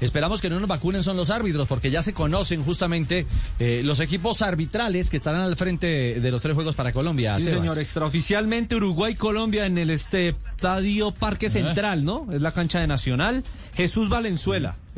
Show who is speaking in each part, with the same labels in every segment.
Speaker 1: Esperamos que no nos vacunen son los árbitros, porque ya se conocen justamente eh, los equipos arbitrales que estarán al frente de, de los tres juegos para Colombia.
Speaker 2: Sí,
Speaker 1: Sebas.
Speaker 2: señor, extraoficialmente Uruguay-Colombia en el este estadio Parque Central, ¿no? Es la cancha de Nacional. Jesús Valenzuela,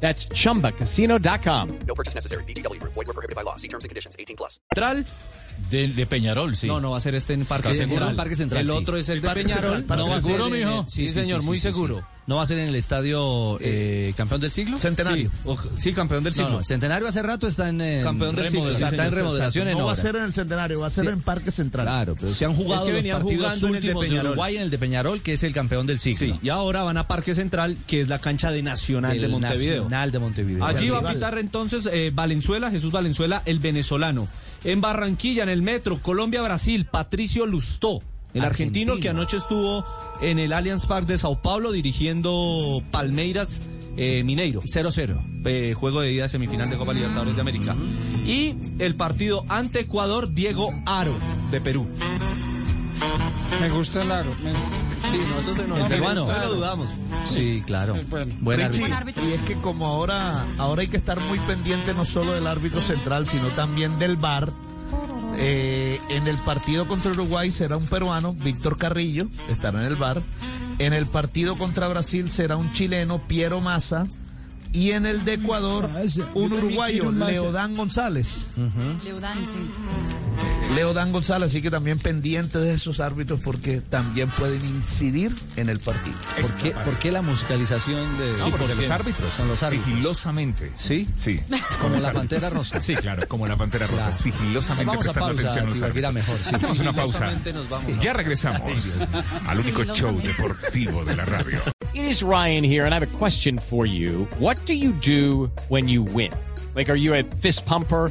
Speaker 3: That's chumbacasino.com.
Speaker 4: No purchase necessary. BGW. Void were prohibited by law. See terms and conditions. 18 plus.
Speaker 5: De, de Peñarol, sí.
Speaker 2: No, no va a ser este en Parque
Speaker 1: Está seguro
Speaker 2: Central.
Speaker 1: en Parque Central,
Speaker 2: El
Speaker 1: sí.
Speaker 2: otro es el de
Speaker 1: Parque
Speaker 2: Peñarol.
Speaker 1: Central, Parque
Speaker 2: No va a
Speaker 5: Central.
Speaker 2: ser en-
Speaker 5: mijo?
Speaker 2: Sí, señor, muy seguro.
Speaker 1: sí. ¿No va a ser en el estadio eh, campeón del siglo?
Speaker 2: Sí, o- sí, campeón del
Speaker 1: No,
Speaker 2: siglo.
Speaker 1: no, Centenario hace rato está en, eh,
Speaker 2: Campeón del siglo, sí,
Speaker 1: remodelación, está en
Speaker 2: señor,
Speaker 1: remodelación en
Speaker 6: No va a
Speaker 1: obras.
Speaker 6: ser en el centenario, va a
Speaker 1: Sí.
Speaker 6: ser en Parque Central.
Speaker 1: Claro, pero se han jugado
Speaker 2: Es que
Speaker 1: los
Speaker 2: venían
Speaker 1: partidos
Speaker 2: jugando en el de
Speaker 1: últimos de,
Speaker 2: Peñarol.
Speaker 1: Uruguay en el de Peñarol, que es el campeón del siglo.
Speaker 2: Sí, y ahora van a Parque Central, que es la cancha de Nacional
Speaker 1: El
Speaker 2: de Montevideo.
Speaker 1: Nacional de Montevideo.
Speaker 2: Allí va a pitar entonces eh, Valenzuela, Jesús Valenzuela, el venezolano. En Barranquilla, en el metro, Colombia-Brasil, Patricio Lustó, el argentino,
Speaker 1: Argentino.
Speaker 2: que anoche estuvo en el Allianz Park de Sao Paulo dirigiendo Palmeiras eh, Mineiro.
Speaker 1: 0-0.
Speaker 2: eh, juego de ida semifinal de Copa Libertadores de América. Y el partido ante Ecuador, Diego Aro, de Perú.
Speaker 7: Me gusta el aro. me-
Speaker 2: Sí, no, eso se nos
Speaker 1: El peruano.
Speaker 2: No lo dudamos.
Speaker 1: Sí, claro.
Speaker 7: El bueno.
Speaker 1: Buen
Speaker 6: Richie,
Speaker 1: árbitro.
Speaker 6: y es que como ahora, ahora hay que estar muy pendiente no solo del árbitro central, sino también del VAR. eh, en el partido contra Uruguay será un peruano, Víctor Carrillo, estará en el VAR. En el partido contra Brasil será un chileno, Piero Massa. Y en el de Ecuador,
Speaker 7: Massa, Ah, yo
Speaker 6: un
Speaker 7: también quiero
Speaker 6: uruguayo,
Speaker 7: un Massa.
Speaker 6: Leodán González.
Speaker 8: Leudán, sí.
Speaker 6: Leodán González, así que también pendiente de esos árbitros porque también pueden incidir en el partido.
Speaker 1: ¿Por qué, por qué la musicalización de.?
Speaker 5: Sí, porque los árbitros.
Speaker 1: Son los árbitros.
Speaker 5: Sigilosamente.
Speaker 1: ¿Sí?
Speaker 5: Sí.
Speaker 1: Como la
Speaker 5: Los árbitros.
Speaker 1: Pantera Rosa.
Speaker 5: Sí, claro, como la Pantera Rosa.
Speaker 1: Claro.
Speaker 5: Sigilosamente
Speaker 1: Vamos a
Speaker 5: prestando
Speaker 1: pausa,
Speaker 5: atención a los
Speaker 1: Tibaquirá,
Speaker 5: árbitros.
Speaker 1: mejor, sí.
Speaker 5: Hacemos una pausa.
Speaker 2: Sigilosamente nos vamos.
Speaker 5: Sí. Ya regresamos al único show
Speaker 8: Sigilosamente.
Speaker 5: deportivo de la radio.
Speaker 3: It is Ryan here, and I have a question for you. What do you do when you win? Like, are you a fist pumper?